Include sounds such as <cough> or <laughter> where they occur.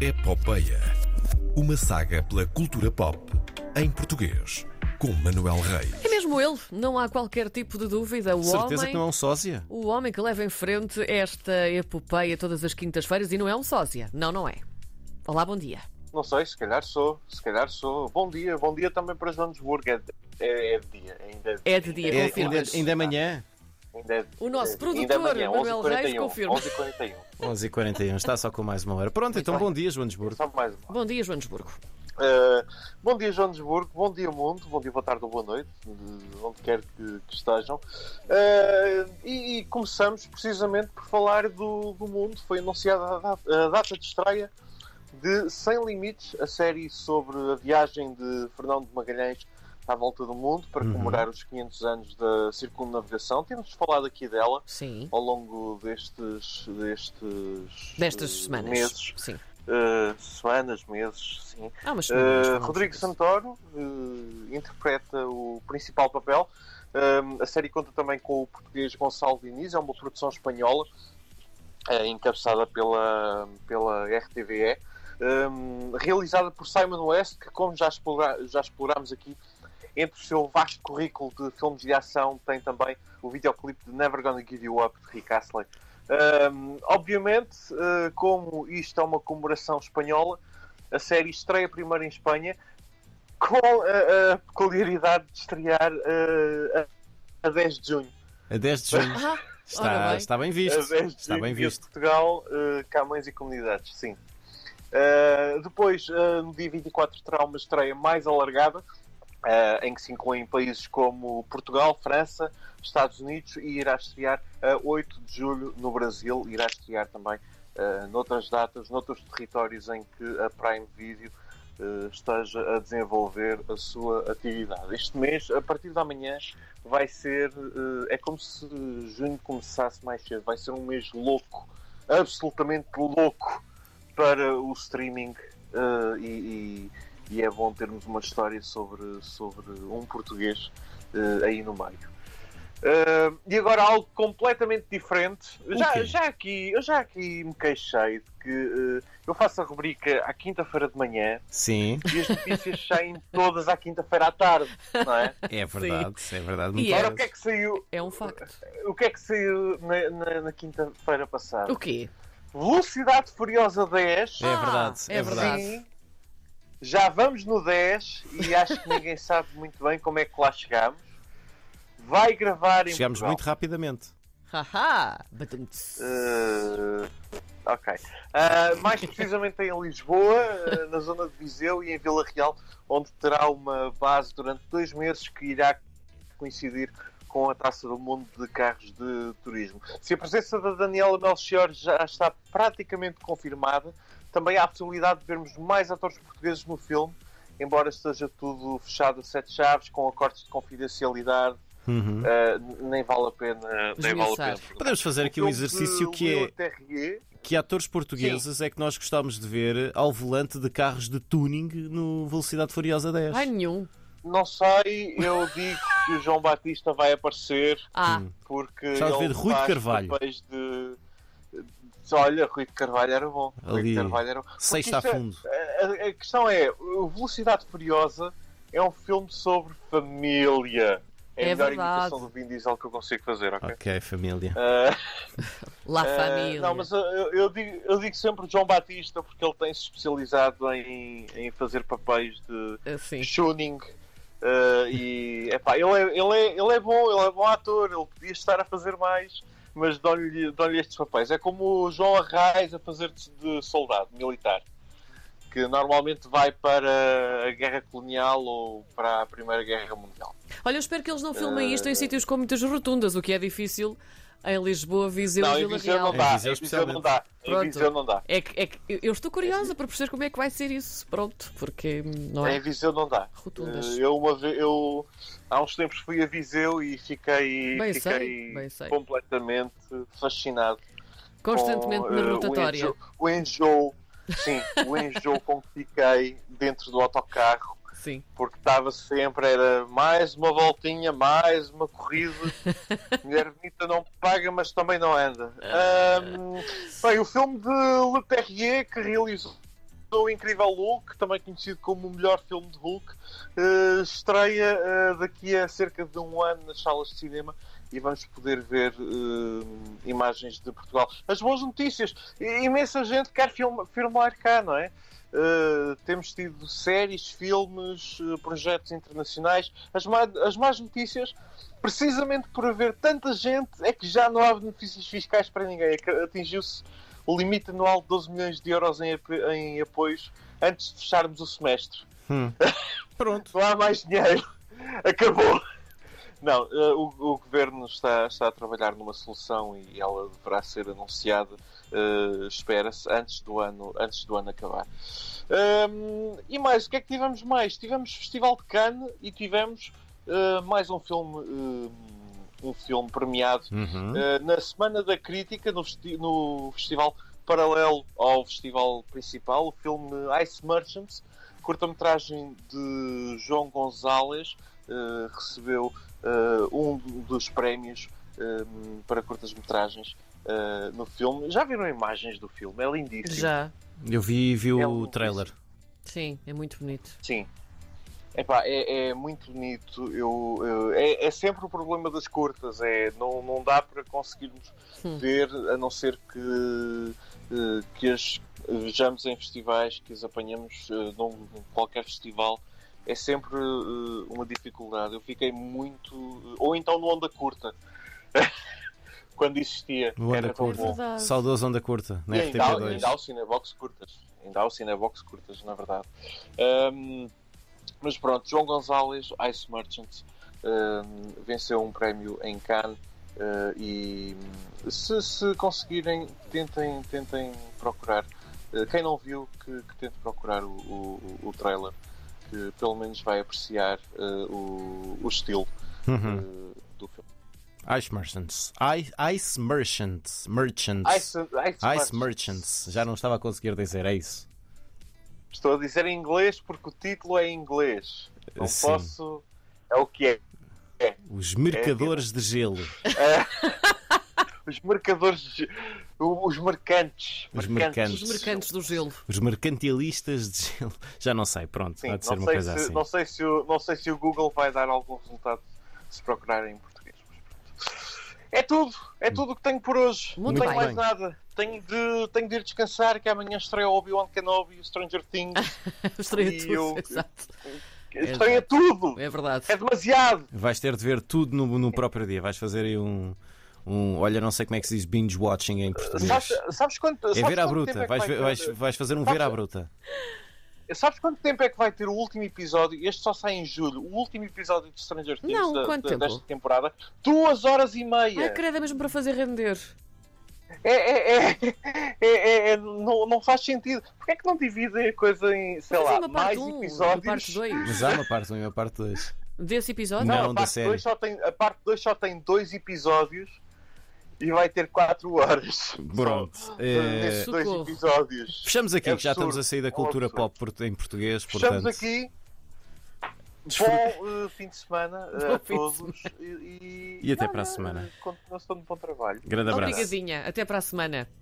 Epopeia. É Uma saga pela cultura pop em português, com Manuel Reis. É mesmo ele, não há qualquer tipo de dúvida. O Certeza homem, que não é um sósia? o homem que leva em frente esta epopeia todas as quintas-feiras e não é um sósia. Não, não é. Olá, bom dia. Não sei, se calhar sou, se calhar sou. Bom dia, bom dia também para Joanesburgo. É, de- é, é de dia, ainda É de dia, É, confirma. ainda, ainda amanhã, Ainda é de- O nosso é de- produtor, ainda amanhã, Manuel Reis, 11h41, confirma. 11h41. 11h41, está só com mais uma hora. Pronto, então bem. bom dia, Joanesburgo. Só mais uma. Bom dia, Joanesburgo. Uh, bom dia, Joanesburgo. Bom dia, mundo. Bom dia, boa tarde ou boa noite, de onde quer que, que estejam. Uh, e, e começamos precisamente por falar do, do mundo. Foi anunciada a, da- a data de estreia de Sem Limites, a série sobre a viagem de Fernando de Magalhães à volta do mundo Uhum. para comemorar os 500 anos da circunnavigação. Temos falado aqui dela Sim. ao longo destes, destes Destas eh, semanas. meses, Sim. eh, semanas, meses, sim. Há umas semanas. Uh, falamos Rodrigo disso. Santoro uh, interpreta o principal papel. Um, a série conta também com o português Gonçalo Diniz, é uma produção espanhola eh, encabeçada pela, pela RTVE, um, eh, realizada por Simon West, que, como já, explora, já explorámos aqui, entre o seu vasto currículo de filmes de ação, tem também o videoclipe de Never Gonna Give You Up, de Rick Astley. Um, obviamente, eh, como isto é uma comemoração espanhola, a série estreia primeiro em Espanha, com a, a peculiaridade de estrear eh, a, a 10 de junho. A 10 de <laughs> junho. Ah, ora Está, bem. está bem A visto. 10 de Está bem junho, Via visto. Portugal, eh, Camões e Comunidades, sim. Eh, depois, eh, no dia 24, terá uma estreia mais alargada, eh, em que se incluem países como Portugal, França, Estados Unidos e irá estrear a 8 de julho no Brasil, irá estrear também eh, noutras datas, noutros territórios em que a Prime Video eh, esteja a desenvolver a sua atividade. Este mês, a partir de amanhã, vai ser. eh, é como se junho começasse mais cedo. Vai ser um mês louco, absolutamente louco para o streaming. eh, e, e- e é bom termos uma história sobre, sobre um português eh, aí no meio. Eh, e agora algo completamente diferente. Já, quê? já aqui, eu já aqui me queixei de que eh, eu faço a rubrica à quinta-feira de manhã Sim, e as notícias saem todas à quinta-feira à tarde, não <laughs> é? é verdade, é verdade. E muitas Ora, o vezes. que é que saiu, É um facto. o que é que saiu na, na- na quinta-feira passada? O quê? Velocidade Furiosa 10. É verdade, Ah, é verdade. Sim. Já vamos no 10 e acho que ninguém sabe muito bem como é que lá chegamos. Vai gravar em Chegámos Portugal. muito rapidamente. Haha! Batum. Eh, ok. Ah, mais precisamente em Lisboa, eh, na zona de Viseu e em Vila Real, onde terá uma base durante dois meses que irá coincidir com a taça do mundo de carros de turismo. Se a presença da Daniela Melchior já está praticamente confirmada, também há a possibilidade de vermos mais atores portugueses no filme, embora esteja tudo fechado a sete chaves, com acordos de confidencialidade, Uhum. eh, nem vale a pena. Nem vale a Esmiuçar. pena. Podemos fazer aqui um Então, eh, exercício que é é. que atores portugueses é que nós gostamos de ver ao volante de carros de tuning no Velocidade Furiosa 10. Ai, nenhum. Não sei, eu digo que o João Batista vai aparecer Ah, Hum. porque. Gostava de ele ver Rui de faz Carvalho. papéis de- de- Olha, Rui de Carvalho era bom. Rui Ali. de Carvalho era bom. Sei está Porque a isto é- fundo. <laughs> A, a- a questão é: o Velocidade Furiosa é um filme sobre família. É, É a melhor verdade. imitação do Vin Diesel que eu consigo fazer, ok? Ok, família. Ah, La Eh, Família. Não, mas eu, eu digo, eu digo sempre João Batista porque ele tem se especializado em, em fazer papéis de Ah, Sim. tuning. eh, e epá, ele, é, ele, é, ele é bom, ele é bom ator, ele podia estar a fazer mais, mas dão-lhe dão estes papéis. É como o João Arraes a fazer de, de soldado militar, que normalmente vai para a guerra colonial ou para a Primeira Guerra Mundial. Olha, eu espero que eles não filmem isto Eh, em sítios com muitas rotundas, o que é difícil em Lisboa, Viseu não, e em Vila Viseu não Real. Em dá, Viseu em Viseu não especialmente. dá, em Pronto. Viseu não dá. É que, é que eu- eu estou curiosa para perceber como é que vai ser isso. Pronto, porque hum, não Em é? Viseu não dá. Rotundas. Eh, Eu, uma ve- eu há uns tempos fui a Viseu e fiquei, Bem sei, fiquei bem sei. completamente fascinado. Constantemente com, na eh, rotatória. O enjoo, o enjoo- sim, o enjoo <laughs> com que fiquei dentro do autocarro, Sim. porque estava sempre, era mais uma voltinha, mais uma corrida. Mulher bonita não paga, mas também não anda. Ahm, bem, o filme de Le Terrier que realizou do incrível Hulk, também conhecido como o melhor filme de Hulk, eh, estreia eh, daqui a cerca de um ano nas salas de cinema e vamos poder ver eh, imagens de Portugal. As boas notícias, i- imensa gente quer filma- filmar cá, não é? Eh, temos tido séries, filmes, eh, projetos internacionais. As, ma as más notícias, precisamente por haver tanta gente, é que já não há benefícios fiscais para ninguém. Ac- Atingiu-se o limite anual de 12 milhões de euros em, apo- em apoios antes de fecharmos o semestre. <laughs> Pronto. Não há mais dinheiro. <laughs> Acabou. Não, eh, o, o governo está, está a trabalhar numa solução e ela deverá ser anunciada, eh, espera-se, antes, do ano- antes do ano acabar. Ahm, e mais, o que é que tivemos mais? Tivemos Festival de Cannes e tivemos eh, mais um filme, eh, um filme premiado Uhum. Uh, na Semana da Crítica, no, festi- no festival paralelo ao festival principal, o filme Ice Merchants, curta-metragem de João Gonzalez, uh, recebeu uh, um dos prémios um, para curtas-metragens uh, no filme. Já viram imagens do filme? É lindíssimo. Já. Eu vi, vi É o um- trailer. Sim, é muito bonito. Sim. Epá, é, é muito bonito. Eu, eu- é, é sempre o problema das curtas. É, não, não dá para conseguirmos Sim. ver, a não ser que, eh, que as vejamos em festivais, que as apanhamos eh, num qualquer festival. É sempre eh, uma dificuldade. Eu fiquei muito. Ou então no Onda Curta. <laughs> Quando existia. No Onda Era tipo tão Curta. É bom. verdade. Saudoso Onda Curta, na E ainda, há- ainda há RTP2. o Cinebox curtas. Ainda há o Cinebox curtas, na verdade. Ahm, mas pronto, João Gonzalez, Ice Merchant, ahm, venceu um prémio em Cannes. ah, e se, se conseguirem, tentem, tentem procurar. Ah, quem não viu, que, que tente procurar o, o, o trailer, que pelo menos vai apreciar ah, o, o estilo Uhum. ah, do filme. Ice Merchants. I- Ice Merchants. Merchants. Ice, Ice, Ice Merchants. Já não estava a conseguir dizer, é isso. Estou a dizer em inglês porque o título é em inglês. Não Sim. posso. É o que é. Os mercadores de gelo. Os mercadores. de- o- Os mercantes. Os Os mercantes do gelo. <laughs> Os mercantilistas de gelo. <laughs> Já não sei, pronto. Sim, há não, de ser uma sei coisa se, assim. não, sei se o, não sei se o Google vai dar algum resultado se procurarem em português. mas pronto. É tudo. É tudo o que tenho por hoje. Muito não tenho bem. mais nada. Tenho de, tenho de ir descansar que amanhã estreia o Obi-Wan Kenobi e o Stranger Ah, Things. Estreia E tudo. eu- <laughs> Exato. estreia tudo. É verdade. É demasiado. Vais ter de ver tudo no, no próprio dia. Vais fazer aí um, um. Olha, não sei como é que se diz binge watching em português. Sabes, sabes quanto. É sabes ver à quanto tempo bruta. é que Vais, vai ver- ter- vais, vais fazer um ver à bruta. Sabes quanto tempo é que vai ter o último episódio? Este só sai em julho. O último episódio de Stranger Things Não, da- quanto da- tempo? desta temporada. Duas horas e meia. Ai, credo, é mesmo para fazer render. É, é, é, <laughs> é- é- é- não, não faz sentido. Porquê é que não dividem a coisa em, sei Fazer lá, é uma parte mais 1, uma episódios? parte 2 Mas há uma parte 1 e uma parte 2. desse episódio? Não. Não, da a parte série. 2 só tem, a parte 2 só tem dois episódios e vai ter quatro horas. Pronto. Só, É, Nesses dois Socorro. episódios. Fechamos aqui, É que já absurdo, estamos a sair da é um cultura absurdo. pop por- em português. Estamos Portanto, aqui. desfru- Bom eh, fim de semana eh, Bom a fim de todos e, E até nada, para a semana. Continuação de bom trabalho. Grande abraço. Obrigadinha. Até para a semana.